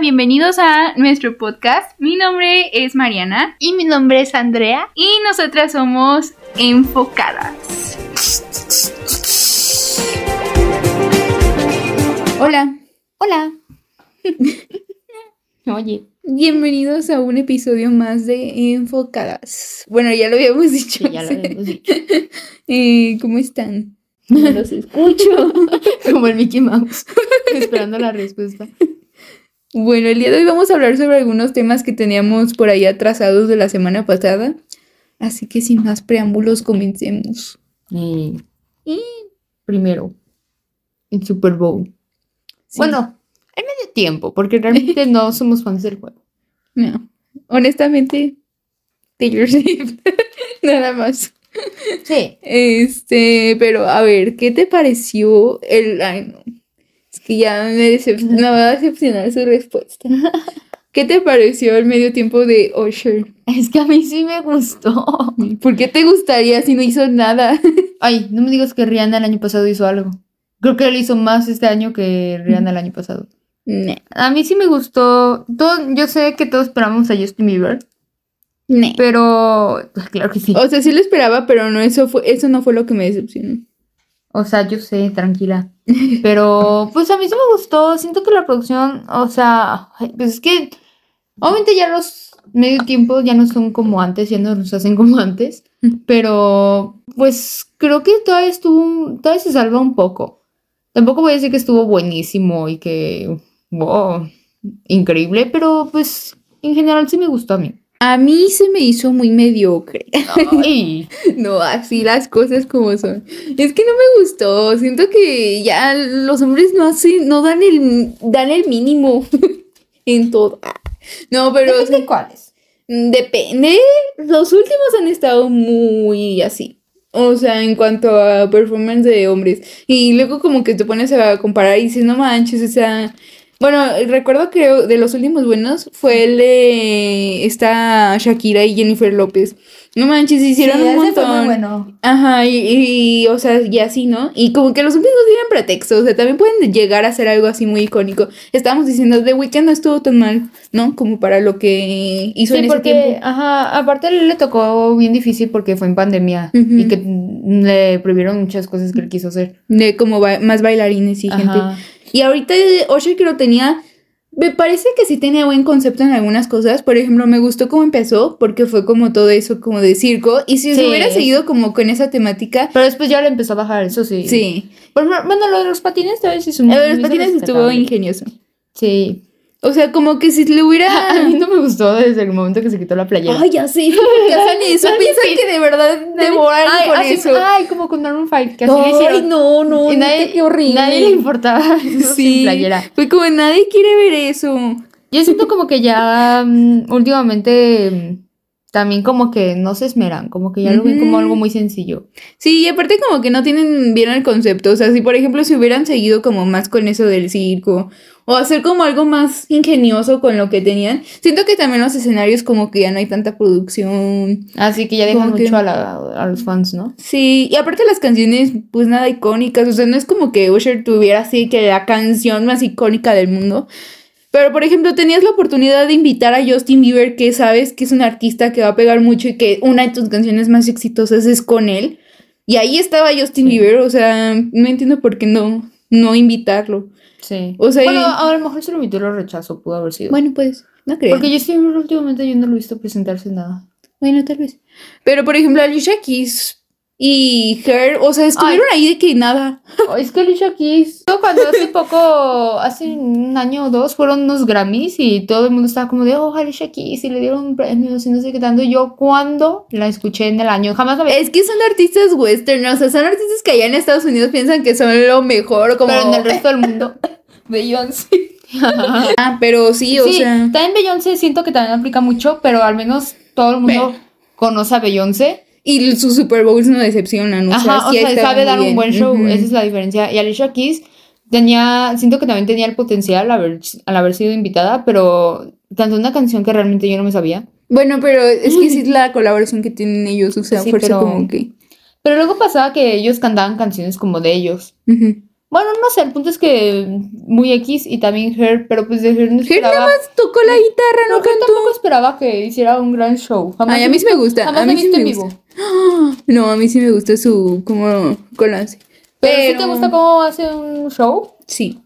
bienvenidos a nuestro podcast. Mi nombre es Mariana Y mi nombre es Andrea. y nosotras somos enfocadas. Hola, Hola. oye, Bienvenidos a un episodio más de Enfocadas. Bueno, ya lo habíamos dicho. sí. Eh, ¿Cómo están? No los escucho. Como el Mickey Mouse. Esperando la respuesta. Bueno, el día de hoy vamos a hablar sobre algunos temas que teníamos por ahí atrasados de la semana pasada. Así que sin más preámbulos, comencemos. Y, primero, el Super Bowl. Sí. Bueno, el medio tiempo, porque realmente no somos fans del juego. No. Honestamente, Taylor Swift. Nada más. Sí. Este, pero a ver, ¿qué te pareció el... Ay, no. Es que ya me, decep- me va a decepcionar su respuesta. ¿Qué te pareció el medio tiempo de Usher? Es que a mí sí me gustó. ¿Por qué te gustaría si no hizo nada? Ay, no me digas que Rihanna el año pasado hizo algo. Creo que él hizo más este año que Rihanna el año pasado. No, A mí sí me gustó. Todo- yo sé que todos esperamos a Justin Bieber, pero pues, claro que sí. O sea, sí lo esperaba, pero no, eso, fue, eso no fue lo que me decepcionó. O sea, yo sé, tranquila. Pero, pues a mí sí me gustó. Siento que la producción, o sea, ay, pues es que obviamente ya los medio tiempo ya no son como antes, ya no nos hacen como antes. Pero, pues creo que todavía estuvo, todavía se salva un poco. Tampoco voy a decir que estuvo buenísimo y que, wow, increíble, pero pues en general sí me gustó a mí. A mí se me hizo muy mediocre. Ay, No, así las cosas como son. Es que no me gustó. Siento que ya los hombres no hacen, no dan el, dan el mínimo en todo. No, pero o sea, cuáles? depende. Los últimos han estado muy así. O sea, en cuanto a performance de hombres. Y luego como que te pones a comparar y dices, no manches, o sea... Bueno, recuerdo creo de los últimos buenos fue el de esta Shakira y Jennifer López. No manches, hicieron un montón. bueno. Ajá, y, y, o sea, y así, ¿no? Y como que los últimos tienen pretextos, o sea, también pueden llegar a ser algo así muy icónico. Estábamos diciendo, The Weeknd no estuvo tan mal, ¿no? Como para lo que hizo Sí, en ese porque, tiempo. ajá, aparte a él le tocó bien difícil porque fue en pandemia Ujú. y que le prohibieron muchas cosas que él quiso hacer. De como ba- más bailarines y gente. Ajá. Y ahorita eh, Usher que lo tenía, me parece que sí tenía buen concepto en algunas cosas. Por ejemplo, me gustó cómo empezó, porque fue como todo eso, como de circo. Y si se Sí. hubiera seguido como con esa temática, Pero después ya le empezó a bajar, eso sí. sí. Por ejemplo, bueno, lo de los patines todavía sí sumó. El de los patines estuvo ingenioso. Sí. O sea, como que si le hubiera... A mí no me gustó desde el momento que se quitó la playera. Ay, ya sé, ¿por qué hacen eso? Piensan que de verdad devoran Ay, con así- eso. ay, como con Maroon 5, que así lo hicieron. no, no, y nadie, neta, qué horrible. nadie le importaba eso sin sí, playera. fue como nadie quiere ver eso. Yo siento como que ya mm, últimamente mm, también como que no se esmeran, como que ya lo ven como Ujú. algo muy sencillo. Sí, y aparte como que no tienen bien el concepto. O sea, si por ejemplo se hubieran seguido como más con eso del circo o hacer como algo más ingenioso con lo que tenían. Siento que también los escenarios como que ya no hay tanta producción. Así Ah, que ya dejan Como que- mucho a, la- a los fans, ¿no? Sí, y aparte las canciones pues nada icónicas. O sea, no es como que Usher tuviera así que la canción más icónica del mundo. Pero, por ejemplo, tenías la oportunidad de invitar a Justin Bieber, que sabes que es un artista que va a pegar mucho y que una de tus canciones más exitosas es con él. Y ahí estaba Justin Bieber, o sea, no entiendo por qué no, no invitarlo. Sí. O sea, y- bueno, a lo mejor se lo invitó y lo rechazó, pudo haber sido. bueno, pues, no creo. Porque yo siempre últimamente yo no lo he visto presentarse en nada. Bueno, tal vez. Pero, por ejemplo, Alicia Keys y Her, o sea, estuvieron ahí de que nada. Oh, es que Alicia Keys, yo cuando hace poco, hace un año o dos, fueron unos Grammys y todo el mundo estaba como de, oh, Alicia Keys, y le dieron premios y no sé qué tanto. Y yo, cuando la escuché en el año? Jamás la había Es que son artistas western, o sea, son artistas que allá en Estados Unidos piensan que son lo mejor, como... Pero en el resto del mundo, Beyoncé. Ah, pero sí, o sí, sea... también Beyoncé siento que también aplica mucho, pero al menos todo el mundo conoce a Beyoncé. Y sus Super Bowls no decepcionan, o sea, Ajá, sí o sea, está sabe muy dar un bien. buen show, Ujú. esa es la diferencia. Y Alicia Keys tenía, siento que también tenía el potencial haber- al haber sido invitada, pero cantó una canción que realmente yo no me sabía. Bueno, pero es que sí es la colaboración que tienen ellos, o sea, Sí, fuerza pero- como que... Pero luego pasaba que ellos cantaban canciones como de ellos. Ujú. Bueno, no sé, el punto es que muy X y también Her, pero pues de Her no Her nada esperaba. más tocó la guitarra, no, no Her cantó. tampoco esperaba que hiciera un gran show. Jamás Ay, he a mí sí me gusta. jamás A la he mí sí visto en me vivo. gusta. No, a mí sí me gusta su. como cómo lo hace. Pero, si te gusta cómo hace un show. Sí.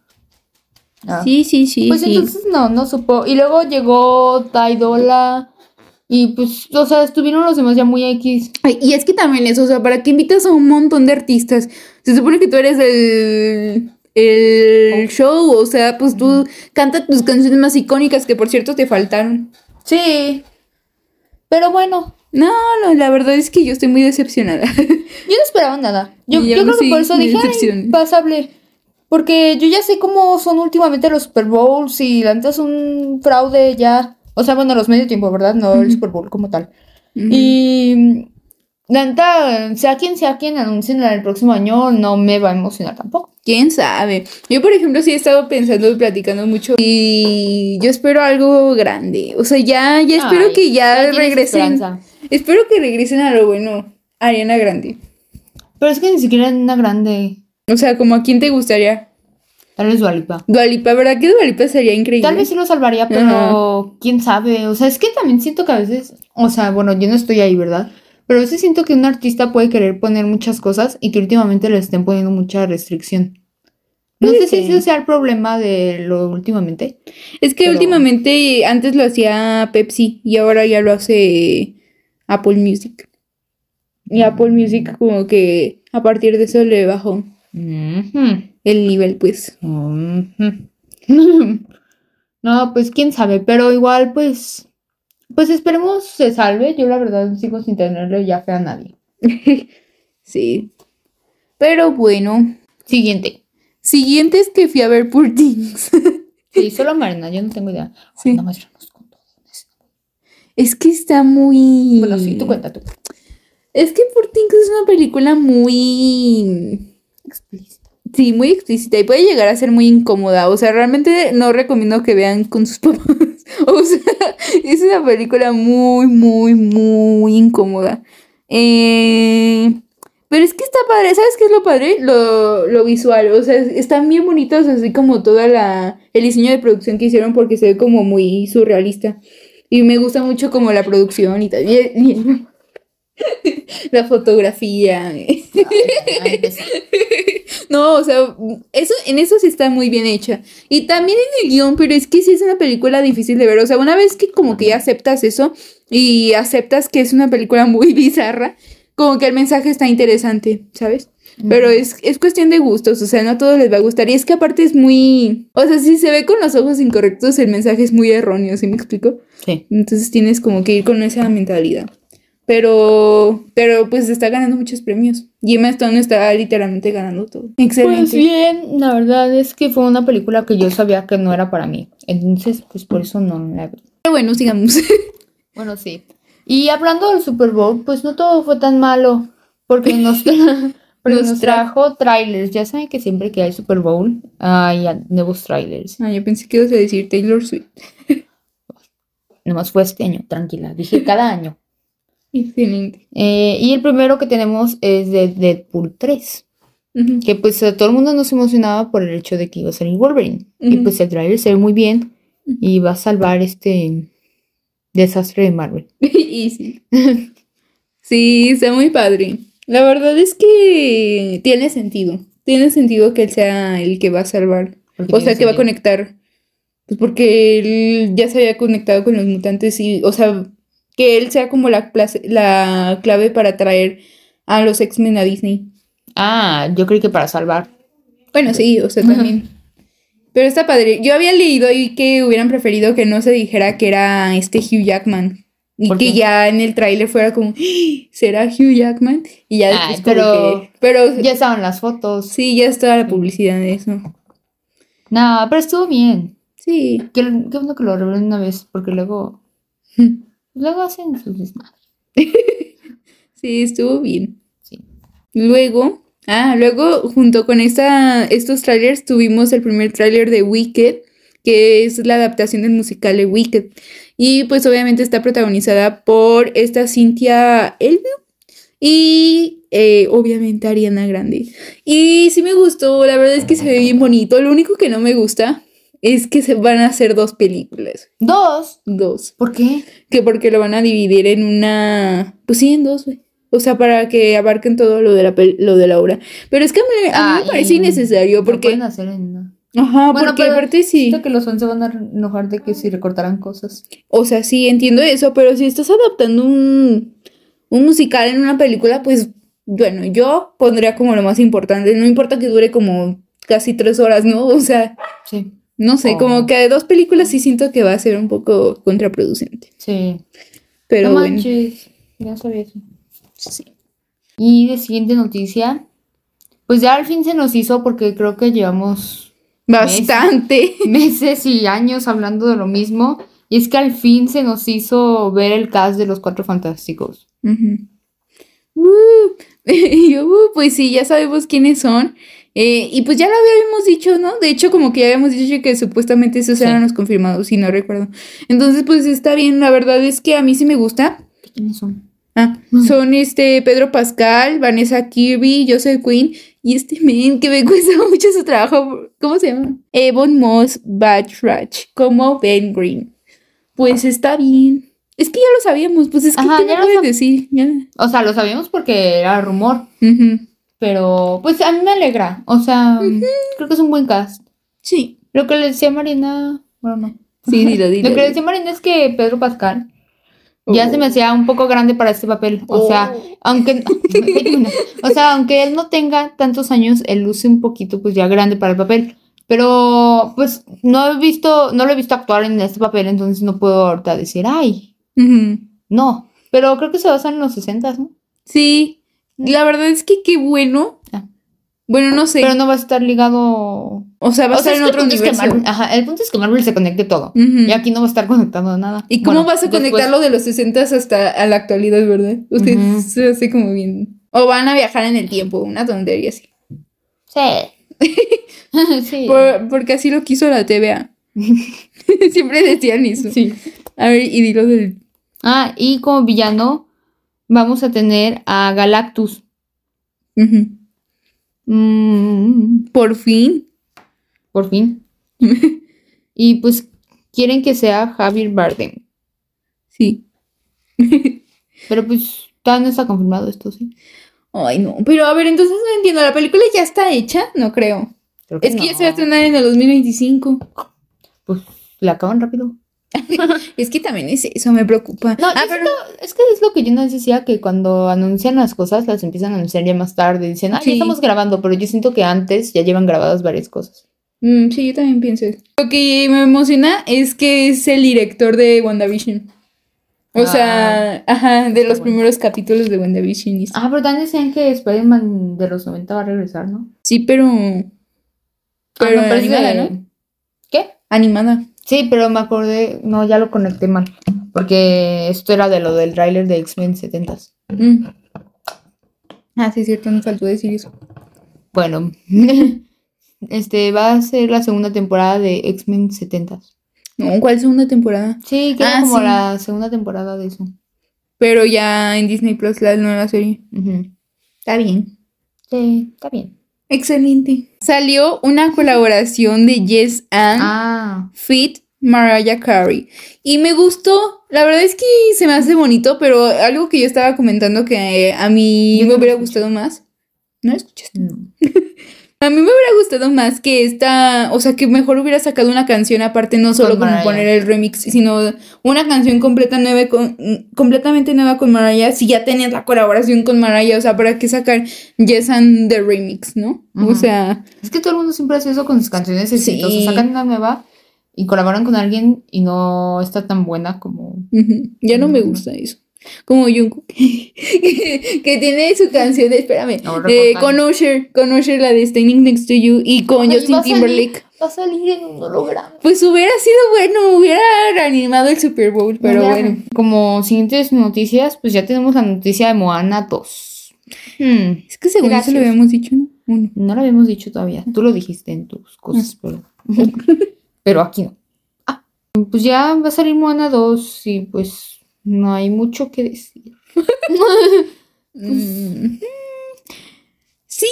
Sí, sí, sí. Pues sí. entonces no, no supo. Y luego llegó Taidola. Y pues, o sea, estuvieron los demás ya muy X. Ay, y es que también es, o sea, ¿para qué invitas a un montón de artistas? Se supone que tú eres el, el show, o sea, pues tú canta tus canciones más icónicas que por cierto te faltaron. Sí. Pero bueno, No, no, la verdad es que yo estoy muy decepcionada. yo no esperaba nada. Yo, Y yo aún creo que así por eso me dije, "Ay, decepcioné". pasable. Porque yo ya sé cómo son últimamente los Super Bowls y la neta es un fraude ya. O sea, bueno, los medio tiempo, ¿verdad? No el Ujú. Super Bowl como tal. Y mm, la neta, sea quien sea quien anuncien el próximo año, no me va a emocionar tampoco. ¿Quién sabe? Yo, por ejemplo, sí he estado pensando y platicando mucho y yo espero algo grande. O sea, ya, ya espero Ay, que ya, tienes regresen. esperanza. Espero que regresen a lo bueno, Ariana Grande. Pero es que ni siquiera en una grande. O sea, como a quién te gustaría. Tal vez Dualipa. Dualipa, ¿verdad que Dualipa sería increíble? Tal vez sí lo salvaría, pero quién sabe. O sea, es que también siento que a veces. O sea, bueno, yo no estoy ahí, ¿verdad? Pero a veces siento que un artista puede querer poner muchas cosas y que últimamente le estén poniendo mucha restricción. No Puede sé si que- ese sea el problema de lo últimamente. Es que Pero- últimamente antes lo hacía Pepsi y ahora ya lo hace Apple Music. Mm. Y Apple Music como que a partir de eso le bajó el nivel, pues. Ujú. No, pues quién sabe, pero igual pues pues esperemos se salve. Yo la verdad sigo sin tenerle ya fe a nadie. sí. Pero bueno. Siguiente. Siguiente es que fui a ver Poor Things. Sí, solo Marina, yo no tengo idea. Sí. No, maestra, nos contó. Es que está muy... Bueno, sí, tú cuenta tú. Es que Poor Things es una película muy... Sí, muy explícita y puede llegar a ser muy incómoda. O sea, realmente no recomiendo que vean con sus papás. O sea, es una película muy, muy, muy incómoda. Eh, Pero es que está padre. ¿Sabes qué es lo padre? Lo, lo visual. O sea, es- están bien bonitos, así como toda la... El diseño de producción que hicieron porque se ve como muy surrealista. Y me gusta mucho como la producción y tal. y- y- la fotografía. eh. Ay, pues, No, o sea, eso, en eso sí está muy bien hecha. Y también en el guión, pero es que sí es una película difícil de ver. O sea, una vez que como que ya aceptas eso y aceptas que es una película muy bizarra, como que el mensaje está interesante, ¿sabes? Pero es, es cuestión de gustos, o sea, no a todos les va a gustar. Y es que aparte es muy... O sea, si se ve con los ojos incorrectos, el mensaje es muy erróneo, ¿sí me explico? Sí. Entonces tienes como que ir con esa mentalidad. Pero, pero pues está ganando muchos premios. Y Emma Stone está literalmente ganando todo. Excelente. Pues bien, la verdad es que fue una película que yo sabía que no era para mí. Entonces, pues por eso no la vi. Pero bueno, sigamos. Bueno, sí. Y hablando del Super Bowl, pues no todo fue tan malo, porque nos, tra- porque Nos nos trajo trailers. Ya saben que siempre que hay Super Bowl hay a- nuevos trailers. Ah, yo pensé que ibas a decir Taylor Swift. Nomás fue este año, tranquila, dije cada año. Excelente. Eh, y el primero que tenemos es de Deadpool 3, Ujú. que pues a todo el mundo nos emocionaba por el hecho de que iba a salir Wolverine. Y Ujú. pues el trailer se ve muy bien y va a salvar este desastre de Marvel. y sí. Sí, está muy padre. La verdad es que tiene sentido. Tiene sentido que él sea el que va a salvar. porque O tiene sea, que va a sentido. conectar. Pues porque él ya se había conectado con los mutantes y, o sea, que él sea como la, place- la clave para traer a los X-Men a Disney. Ah, yo creí que para salvar. Bueno, sí, o sea, Ajá. también. Pero está padre. Yo había leído y que hubieran preferido que no se dijera que era este Hugh Jackman. Y ¿Por que qué? ya en el tráiler fuera como, "Ah, ¿será Hugh Jackman? Y ya Ay, después como pero- que- Pero Ya estaban las fotos. sí, ya está la publicidad de eso. Nada, pero estuvo bien. Sí. Qué, qué bueno que lo revelen una vez, porque luego, luego hacen sus desmadres. Sí, estuvo bien. Sí. Luego, ah, luego junto con esta, estos trailers tuvimos el primer tráiler de Wicked, que es la adaptación del musical de Wicked. Y pues obviamente está protagonizada por esta Cynthia Elvio y eh, obviamente Ariana Grande. Y sí me gustó, la verdad es que se ve bien bonito. Lo único que no me gusta es que se van a hacer dos películas. Dos. Dos. ¿Por qué? Que porque lo van a dividir en una. Pues sí, en dos, güey. O sea, para que abarquen todo lo de la, pel- lo de la obra. Pero es que a mí, a mí Ay, me parece innecesario Ah, lo porque. pueden hacer en una. Ajá, Bueno, porque pero aparte sí. Siento que los fans se van a enojar de que si recortaran cosas. O sea, sí, entiendo eso, pero si estás adaptando un, un musical en una película, pues bueno, yo pondría como lo más importante. No importa que dure como casi tres horas, ¿no? O sea, Sí. no sé, Oh. como que de dos películas sí siento que va a ser un poco contraproducente. Sí. Pero no bueno, manches. Ya sabía eso. sí. Y de siguiente noticia. Pues ya al fin se nos hizo porque creo que llevamos bastante. meses y años hablando de lo mismo. Y es que al fin se nos hizo ver el cast de los Cuatro Fantásticos. Ujú. Uh, y yo, uh, pues sí, ya sabemos quiénes son. Eh, y pues ya lo habíamos dicho, ¿no? De hecho, como que ya habíamos dicho que supuestamente esos Sí. eran los confirmados, si no recuerdo. Entonces, pues está bien, la verdad es que a mí sí me gusta. ¿Quiénes son? Ah, Ujú. son este Pedro Pascal, Vanessa Kirby, Joseph Quinn y este men que me cuesta mucho su trabajo. ¿Cómo se llama? Evon Moss Batrach, como Ben Green. Pues está bien. Es que ya lo sabíamos, pues es que Ajá, ¿qué me ya lo puedes sab- decir? Ya. O sea, lo sabíamos porque era rumor. Ujú. Pero pues a mí me alegra. O sea, creo que es un buen cast. Sí. Lo que le decía Marina. Bueno, no. Sí, dilo, dilo. Lo que le decía Marina es que Pedro Pascal ya se me hacía un poco grande para este papel. O sea, aunque. o sea, aunque él no tenga tantos años, él luce un poquito, pues ya grande para el papel. Pero pues no he visto, no lo he visto actuar en este papel, entonces no puedo ahorita decir, ay, Ujú. no. Pero creo que se basan en los 60, ¿no? Sí. La verdad es que qué bueno. Ah. Bueno, no sé. Pero no va a estar ligado o sea, va a O estar sea, es en que el otro punto es que universo. Marvel- ajá, el punto es que Marvel se conecte todo. Ujú. Y aquí no va a estar conectado a nada. ¿Y cómo Bueno, vas a después- conectarlo de los 60 hasta a la actualidad, verdad? Ustedes Ujú. se hace como bien. O van a viajar en el tiempo, una tontería así. Sí. sí. Por- porque así lo quiso la TVA. Siempre decían eso. Sí. A ver, y dilo del. Ah, y como villano vamos a tener a Galactus. Ujú. Mm, Por fin. por fin. y pues quieren que sea Javier Bardem. Sí. Pero pues todavía no está confirmado esto, sí. Ay, no. Pero a ver, entonces no entiendo. ¿La película ya está hecha? No creo. Es que ya se va a estrenar en el 2025. Pues la acaban rápido. Es que también es eso, me preocupa. No, Ah, yo pero- Es que es lo que yo no decía, que cuando anuncian las cosas, las empiezan a anunciar ya más tarde. Dicen, ah, Sí. ya estamos grabando, pero yo siento que antes ya llevan grabadas varias cosas. Mm, sí, yo también pienso eso. Lo que me emociona es que es el director de WandaVision. O Ah. sea, ajá, de los bueno. primeros capítulos de WandaVision. y- Ah, pero también decían que Spider-Man de los 90 va a regresar, ¿no? Sí, pero... Pero Ah, no, es animada, de- ¿no? ¿Qué? Animada. Sí, pero me acordé, no, ya lo conecté mal. Porque esto era de lo del tráiler de X-Men 70. Mm. Ah, sí, es cierto, me faltó decir eso. Bueno, este va a ser la segunda temporada de X-Men 70. No, ¿cuál segunda temporada? Sí, que era Ah, como sí. la segunda temporada de eso. Pero ya en Disney Plus, la nueva serie. Ujú. Está bien. Sí, está bien. Excelente. Salió una colaboración de Yes and... Ah. Fit Mariah Carey. Y me gustó, la verdad es que se me hace bonito, pero algo que yo estaba comentando que eh, a mí Yo no me lo hubiera escuché. gustado más. ¿No escuchaste? No. A mí me hubiera gustado más que esta, o sea, que mejor hubiera sacado una canción aparte, no solo como Mariah. poner el remix, sino una canción completa nueva con, mm, completamente nueva con Mariah, si ya tenías la colaboración con Mariah, o sea, ¿para qué sacar Yes and the Remix, no? O Ujú. sea, Es que todo el mundo siempre hace eso con sus canciones exitosas. Sí. Sacan una nueva y colaboran con alguien y no está tan buena como. Ujú, Ya no me Ujú. gusta eso. Como Jungkook, que, que tiene su canción, espérame, No, eh, reportaje. con Usher, con Usher, la de Standing Next to You y con Ay, va Justin a salir. Timberlake. Va a salir en un holograma. Pues hubiera sido bueno, hubiera reanimado el Super Bowl, pero bueno. Como siguientes noticias, pues ya tenemos la noticia de Moana 2. Hmm, Es que según eso Gracias. lo habíamos dicho, ¿no? Uno. No lo habíamos dicho todavía. Tú lo dijiste en tus cosas, pero. pero aquí no. Ah, pues ya va a salir Moana 2 y pues no hay mucho que decir. Mm, Sí,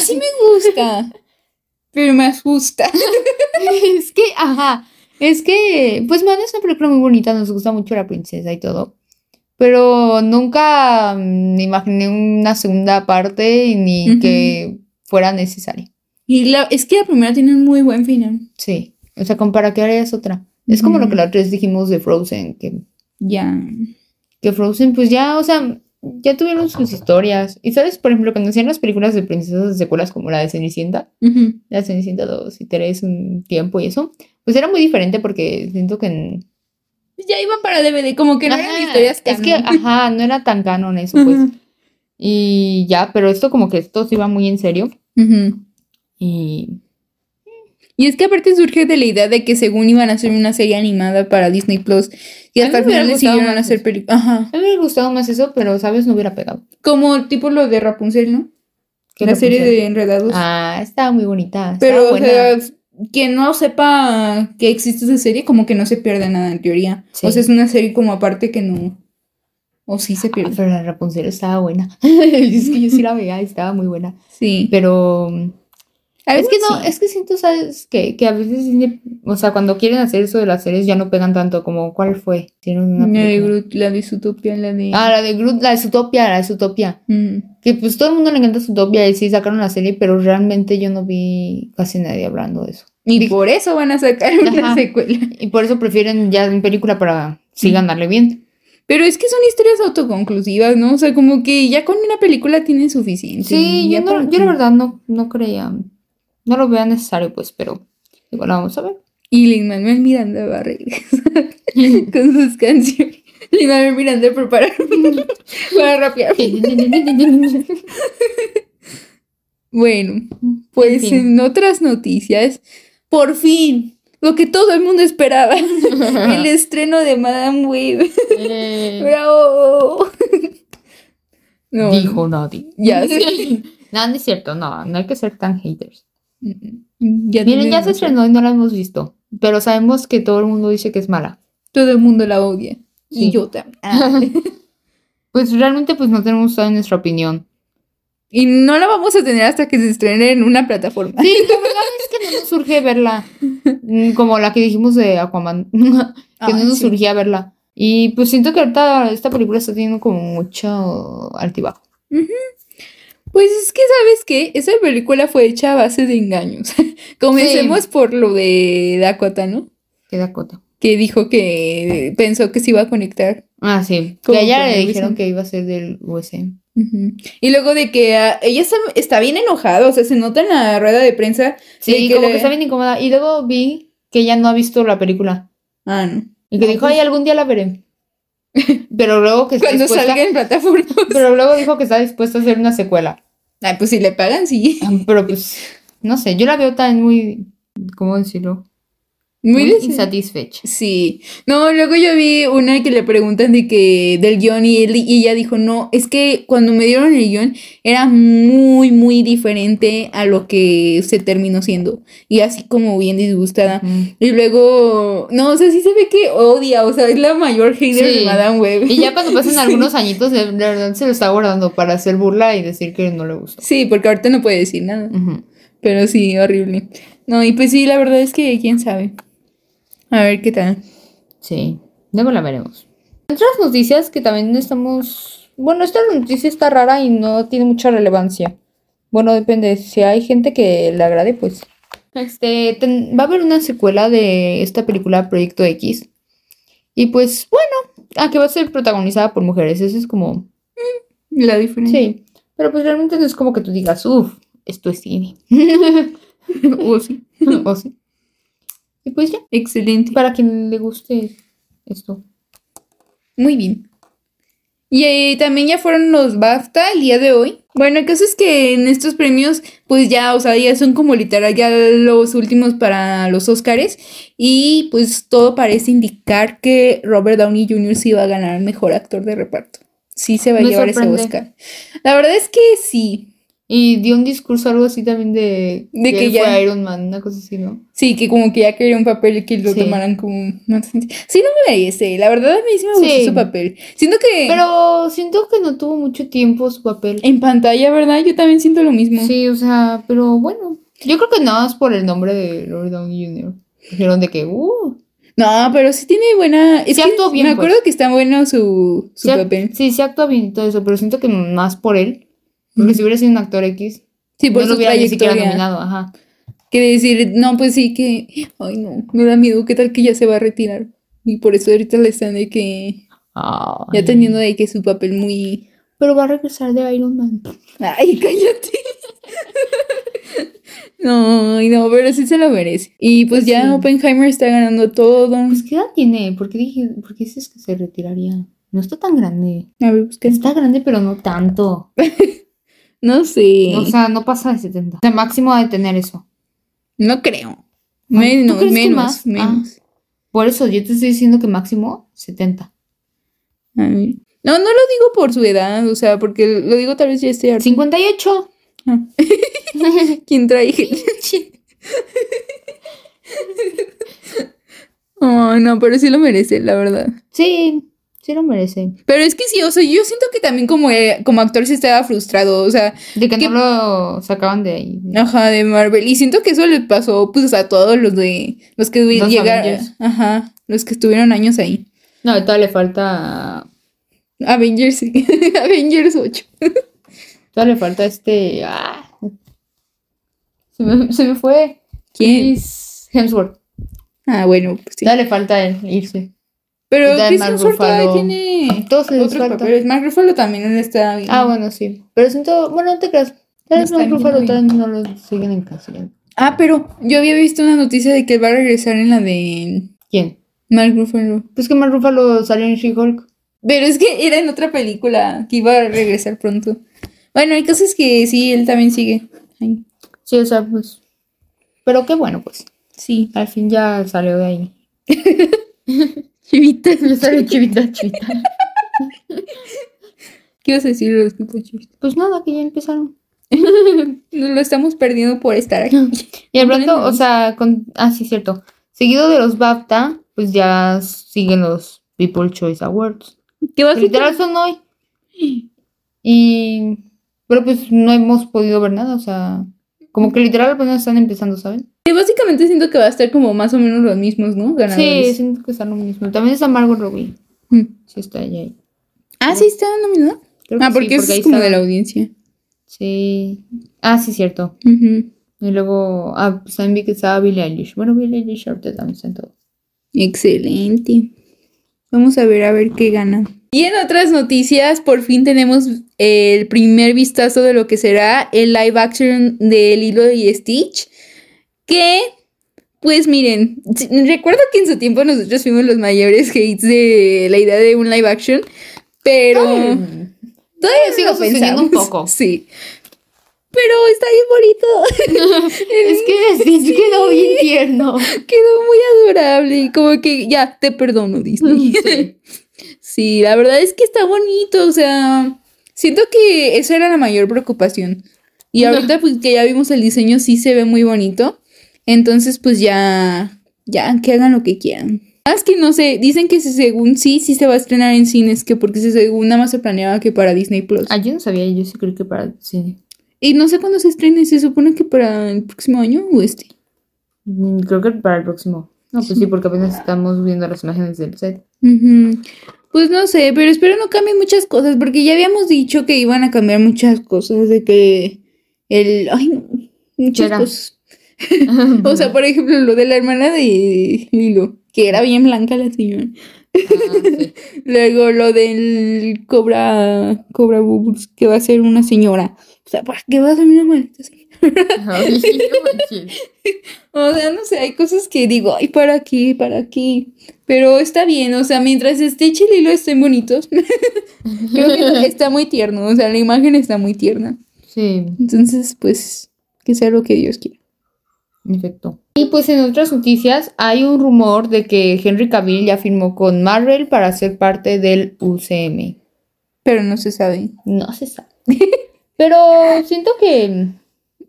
sí me gusta. Pero me asusta. es que, ajá. Es que, pues, Moana es una película muy bonita, nos gusta mucho la princesa y todo. Pero nunca mm, imaginé una segunda parte ni Ujú. que fuera necesaria. Y la, es que la primera tiene un muy buen final. Sí. O sea, con para qué harías otra. Es como lo Ujú. que la otra vez dijimos de Frozen, que, Ya. que Frozen, pues ya, o sea, ya tuvieron sus historias. Y sabes, por ejemplo, cuando hacían las películas de princesas de secuelas como la de Cenicienta, Ujú. la Cenicienta 2 y 3, un tiempo y eso, pues era muy diferente porque siento que en- Ya iban para DVD, como que no eran Ajá, historias Es que, canon. ajá, no era tan canon eso, pues. Ujú. Y ya, pero esto como que esto se iba muy en serio. Ujú. Y Y es que aparte surge de la idea de que según iban a hacer una serie animada para Disney Plus y A mí hasta el me hubiera final gustado decidieron más hacer eso. películas. Ajá. me hubiera gustado más eso, pero, ¿sabes? No hubiera pegado. Como tipo lo de Rapunzel, ¿no? ¿Qué la Rapunzel? serie de Enredados. Ah, estaba muy bonita. estaba Pero, o buena. sea, quien no sepa que existe esa serie, como que no se pierde nada en teoría. Sí. O sea, es una serie como aparte que no. O sí se Ah, pierde. pero la Rapunzel estaba buena. es que yo sí la veía y estaba muy buena. Sí. Pero es que no, Algo es que siento, ¿sabes? Que, que a veces, Disney- o sea, cuando quieren hacer eso de las series ya no pegan tanto como, ¿cuál fue? Hicieron una así. La de película. Groot, la de Zootopia, la de. Ah, la de Groot, la de Zootopia, la de Zootopia. Mm. Que pues todo el mundo le encanta Zootopia y sí sacaron la serie, pero realmente yo no vi casi nadie hablando de eso. Y Digo- por eso van a sacar una Ajá. secuela. Y por eso prefieren ya en película para sí ganarle bien. Pero es que son historias autoconclusivas, ¿no? O sea, como que ya con una película tienen suficiente. Sí, Ya yo, no, para yo la que- verdad no, no creía, no lo veía necesario pues, pero igual la vamos a ver. Y Lin Manuel Miranda va a regresar con sus canciones. Lin Manuel Miranda prepara para rapear. Bueno, pues en, fin. otras noticias, por fin, lo que todo el mundo esperaba, el estreno de Madame Web. Eh, ¡Bravo! No, Dijo nadie. Ya sé. No, no es cierto, no, no hay que ser tan haters. Mm, Ya Miren, ya tenemos- se estrenó y no la hemos visto, pero sabemos que todo el mundo dice que es mala. Todo el mundo la odia. Y Sí. yo también. Ah. Pues realmente pues no tenemos toda nuestra opinión. y no la vamos a tener hasta que se estrene en una plataforma. Sí, la verdad es que no nos surge verla. Mm, Como la que dijimos de Aquaman. que no nos surgía verla. Y pues siento que ahorita esta película está teniendo como mucho altibajo. Pues es que, ¿sabes qué? Esa película fue hecha a base de engaños. Comencemos por lo de Dakota, ¿no? Que Dakota. que dijo que pensó que se iba a conectar. Ah, sí. Como Que a ella con le el dijeron USM. que iba a ser del USM. Ujú. Y luego de que ah, ella está, está bien enojada, o sea, se nota en la rueda de prensa. Sí, que como le- que está bien incómoda. Y luego vi que ella no ha visto la película. Ah, no. Y que No, dijo, pues- ay, algún día la veré. Pero luego que está Cuando dispuesta- salga en plataforma. Pero luego dijo que está dispuesta a hacer una secuela. Ay, pues si le pagan, sí. Ah, Pero pues, no sé, yo la veo tan muy, ¿cómo decirlo? Muy Muy des- insatisfecha. Sí. No, luego yo vi una que le preguntan de que del guión y, él- y ella dijo, no, es que cuando me dieron el guión era muy, muy diferente a lo que se terminó siendo. Y así como bien disgustada. Y luego, no, o sea, sí se ve que odia, o sea, es la mayor hater Sí. de Madame Web. Y ya cuando pasen Sí. algunos añitos, de, de verdad se lo está guardando para hacer burla y decir que no le gustó. Sí, porque ahorita no puede decir nada, Ujú. pero sí, horrible. No, y pues sí, la verdad es que quién sabe. A ver qué tal. Sí, luego la veremos. Otras noticias que también estamos... Bueno, esta noticia está rara y no tiene mucha relevancia. Bueno, depende. Si hay gente que le agrade, pues... Este, ten- va a haber una secuela de esta película Proyecto X. Y pues, bueno, a que va a ser protagonizada por mujeres. Eso es como... La diferencia. Sí, pero pues realmente no es como que tú digas, uff, esto es cine. Oh, sí. o sí. Y pues ya, Excelente. para quien le guste esto. Muy bien. Y eh, también ya fueron los BAFTA el día de hoy. Bueno, el caso es que en estos premios, pues ya, o sea, ya son como literal ya los últimos para los Oscars. Y pues todo parece indicar que Robert Downey Jr. sí va a ganar mejor actor de reparto. Sí se va a Me llevar sorprende. ese Oscar. La verdad es que sí. Y dio un discurso algo así también de, De que él ya- fue Iron Man, una cosa así, ¿no? Sí, que como que ya quería un papel que lo Sí. tomaran como más. en- Sí, no me merece. La verdad, a mí sí me gustó Sí. su papel. Siento que Pero siento que no tuvo mucho tiempo su papel. en pantalla, ¿verdad? Yo también siento lo mismo. Sí, o sea, pero bueno. Yo creo que nada es por el nombre de Robert Downey Jr. Dijeron de que, uh, No, pero sí tiene buena. Es Sí que actuó bien, pues. me acuerdo que está bueno su, su sí, ac- papel. sí, sí actúa bien y todo eso, pero siento que más por él. Porque si hubiera sido un actor X, Sí, por no su lo hubiera ni siquiera trayectoria. nominado, ajá. Que decir, no, pues sí que. Ay, no, me da miedo. ¿Qué tal que ya se va a retirar? Y por eso ahorita le están de que. Ya Ay. teniendo de que su papel muy. Pero va a regresar de Iron Man. Ay, cállate. No, ay, no, pero sí se lo merece. Y pues Pues ya sí. Oppenheimer está ganando todo. Pues, ¿qué edad tiene? ¿Por qué, dije, ¿Por qué dices que se retiraría? No está tan grande. A ver, busca. Está grande, pero no tanto. No sé. O sea, no pasa de 70. O sea, máximo ha de tener eso. no creo. ¿tú Menos, crees que menos, más? Ah. menos. Por eso yo te estoy diciendo que máximo A 70. ver. No, no lo digo por su edad, o sea, porque lo digo tal vez ya esté harto. 58. Ah. ¿Quién trae? Ay, no, pero sí lo merece, la verdad. sí, sí lo merece. Pero es que sí, o sea, yo siento que también como, eh, como actor se estaba frustrado, o sea, De que ¿Qué- no lo sacaban de ahí. ajá, de Marvel. Y siento que eso le pasó pues a todos los de los que Los llegaron, Avengers. ajá, los que estuvieron años ahí. No, todavía le falta. Avengers, sí. Avengers 8. Todavía le falta este. ah. Se, me, se me fue. ¿Quién? Chris Hemsworth. Ah, bueno, pues sí. Todavía le falta él irse. Pero Está Chris Mark Hemsworth todavía Ruffalo. tiene Entonces, otros papeles. Mark Ruffalo también este él está bien. Ah, bueno, sí. Pero siento, bueno, no te creas. Tal vez No Mark están Ruffalo viendo tal vez no lo siguen encarcelando. Ah, pero yo había visto una noticia de que él va a regresar en la de ¿Quién? Mark Ruffalo. Pues que Mark Ruffalo salió en She-Hulk. Pero es que era en otra película que iba a regresar pronto. Bueno, hay cosas que sí, él también sigue. Ay, Sí, o sea, pues. Pero qué bueno, pues. sí. Al fin ya salió de ahí. Chivita. Ya salió chivita, chivita. ¿Qué ibas a decir de los tipos chivitas? Pues nada, que ya empezaron. Nos lo estamos perdiendo por estar aquí. Y hablando, Bueno. o sea, con. Ah, sí, cierto. Seguido de los BAFTA, pues ya siguen los People Choice Awards. ¿Qué vas Que Literal son hoy. Y. Pero pues no hemos podido ver nada, o sea. Como que literal apenas están empezando, ¿saben? Que básicamente siento que va a estar como más o menos los mismos, ¿no? Sí, Ganadores. siento que está lo mismo. También está Margot Robbie. Mm. Sí, está ella ahí. Ah, sí, está nominado. Creo Ah, que porque, sí, eso ahí es como está- de la audiencia. Sí. Ah, sí, cierto. Ujú. Y luego, ah, pues también vi que estaba Billie Eilish. Bueno, Billie Eilish ahorita también está en todo. Excelente. Vamos a ver a ver qué gana. Y en otras noticias, por fin tenemos el primer vistazo de lo que será el live action de Lilo y Stitch. Que, pues miren, si- recuerdo que en su tiempo nosotros fuimos los mayores hates de la idea de un live action, pero Ah. Mm. todavía sigo lo sosteniendo pensamos. Mm, un poco. Sí. Pero está bien bonito. Es que es quedó bien tierno. Quedó muy adorable y como que ya, te perdono, Disney. Sí. Sí, la verdad es que está bonito, o sea, siento que esa era la mayor preocupación. Y ahorita pues que ya vimos el diseño sí se ve muy bonito. Entonces pues ya, ya, que hagan lo que quieran. Más que no sé, dicen que si según sí, sí se va a estrenar en cines, que porque si según nada más se planeaba que para Disney Plus. Ah, yo no sabía, yo sí creo que para el cine. Y no sé cuándo se estrene, se supone que para el próximo año o este. Mm, Creo que para el próximo. No, pues sí, porque apenas estamos viendo las imágenes del set. Ujú. Pues no sé, pero espero no cambien muchas cosas, porque ya habíamos dicho que iban a cambiar muchas cosas, de que el... Ay, no, muchas Llega. cosas. O sea, por ejemplo, lo de la hermana de Lilo, que era bien blanca la señora. Luego lo del cobra, cobra Bubbles, que va a ser una señora. O sea, ¿para qué va a ser una maldita señora? Ah, Ay, no manches. O sea, no sé, hay cosas que digo, ay, ¿para aquí ¿Para aquí Pero está bien, o sea, mientras Stitch y Lilo estén bonitos, Creo que está muy tierno, o sea, la imagen está muy tierna. Sí. Entonces, pues, que sea lo que Dios quiera. Perfecto. Y pues en otras noticias hay un rumor de que Henry Cavill ya firmó con Marvel para ser parte del UCM. Pero no se sabe. No se sabe. Pero siento que.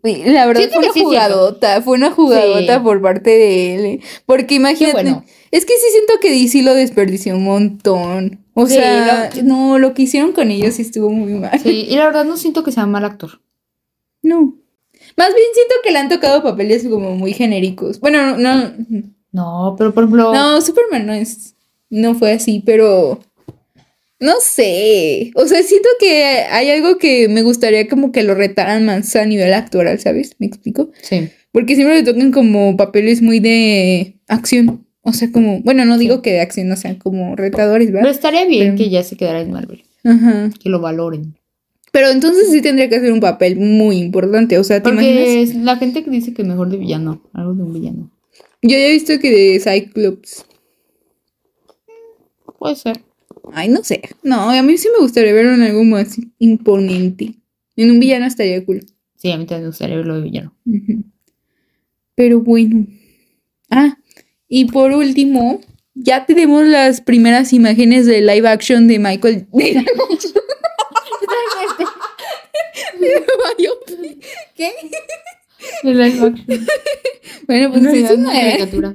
Sí, La verdad Siento fue que una sí, siento. jugadota, fue una jugadota Sí. por parte de él. ¿eh? Porque Qué imagínate, bueno. es que sí siento que DC lo desperdició un montón. O Sí, sea, lo- no, lo que hicieron con ellos sí estuvo muy mal. Sí, y la verdad no siento que sea mal actor. No. Más bien siento que le han tocado papeles como muy genéricos. Bueno, no, no, No, pero por ejemplo. No, Superman no es. No fue así, pero. No sé. O sea, siento que hay algo que me gustaría como que lo retaran más a nivel actoral, ¿sabes? ¿Me explico? Sí. Porque siempre le tocan como papeles muy de acción. O sea, como. Bueno, no digo que de acción, o sea, como retadores, Pero ¿verdad? estaría bien Pero- que ya se quedara en Marvel. Ajá. Que lo valoren. Pero entonces sí tendría que hacer un papel muy importante. O sea, ¿te Porque imaginas? es la gente que dice que mejor de villano. Algo de un villano. Yo ya he visto que de Cyclops. Puede ser. Ay, no sé. No, a mí sí me gustaría verlo en algo más imponente. En un villano estaría cool. Sí, a mí también me gustaría verlo de villano. Ujú. Pero bueno. Ah, y por último, ya tenemos las primeras imágenes de live action de Michael. de live action. De biopic. ¿Qué? El live action. Bueno, pues es Pues una una- caricatura.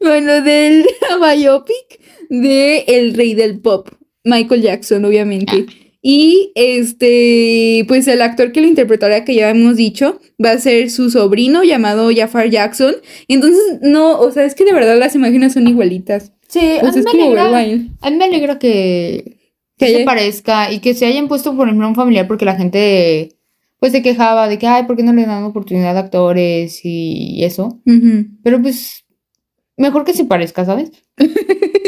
Bueno, del biopic de El Rey del Pop, Michael Jackson, obviamente. Y este, pues el actor que lo interpretará, que ya hemos dicho, va a ser su sobrino llamado Jafar Jackson. Entonces, no, o sea, es que de verdad las imágenes son igualitas. O Sí, sea, a mí Pues es me como alegra. verlo a él. A mí me alegra que, Que que se haya- parezca y que se hayan puesto, por ejemplo, a un familiar, porque la gente pues se quejaba de que, ay, ¿por qué no le dan oportunidad a actores y eso? Ujú. Pero pues, mejor que se parezca, ¿sabes?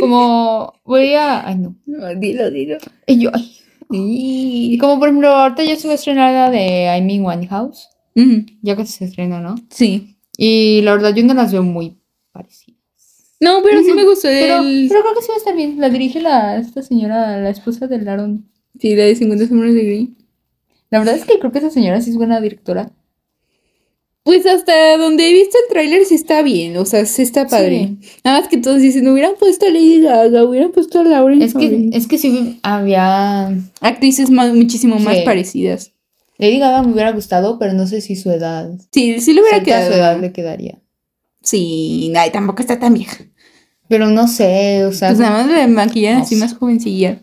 Como voy a. Ay, no. No, dilo, dilo. Y yo, ay. Y- Y como por ejemplo, ahorita ya se va a estrenar la de I Mean Winehouse. Ujú, Ya que se estrenó, ¿no? Sí. Y la verdad, yo no las veo muy parecidas. No, pero sí me gustó Pero, el... pero creo que sí va a estar bien. La dirige la, esta señora, la esposa del Aaron. Sí, la de 50 sombras de Grey. La verdad es que creo que esa señora sí es buena directora. Pues hasta donde he visto el tráiler sí está bien, o sea, sí está padre. Nada más que todos dicen, hubieran puesto a Lady Gaga, hubieran puesto a Lauren. Es que, es que sí había. actrices más, muchísimo más Sí. parecidas. Lady Gaga me hubiera gustado, pero no sé si su edad. Sí, sí le hubiera cerca a su quedado. edad le quedaría. Sí, ay, tampoco está tan vieja. Pero no sé, o sea. Pues nada más la maquillan No así sé. más jovencilla.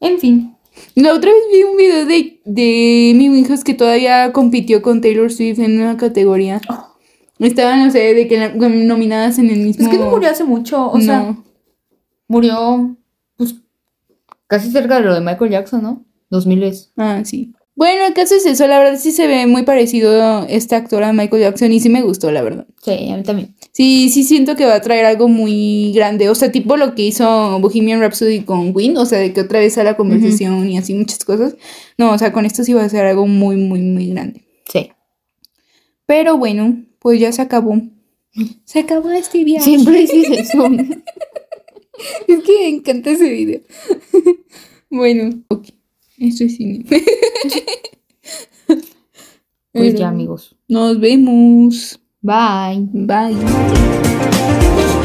En fin. La otra vez vi un video de, de mi hijos que todavía compitió con Taylor Swift en una categoría. Estaban, no sé, de que la- nominadas en el mismo. Oh. Es que no murió hace mucho. O sea, No. murió. Pues. Casi cerca de lo de Michael Jackson, ¿no? 2000 es. Ah, sí. Bueno, el caso es eso. La verdad sí se ve muy parecido esta actora a Michael Jackson y sí me gustó, la verdad. Sí, a mí también. Sí, sí siento que va a traer algo muy grande, o sea, tipo lo que hizo Bohemian Rhapsody con Win, o sea, de que otra vez a la conversación y así muchas cosas. No, o sea, con esto sí va a ser algo muy, muy, muy grande. Sí. Pero bueno, pues ya se acabó. Se acabó este viaje. Siempre dices eso. Es que me encanta ese video. bueno, ok. Esto es cine. Pues Pero ya, Pues amigos. Nos vemos. Bye. Bye.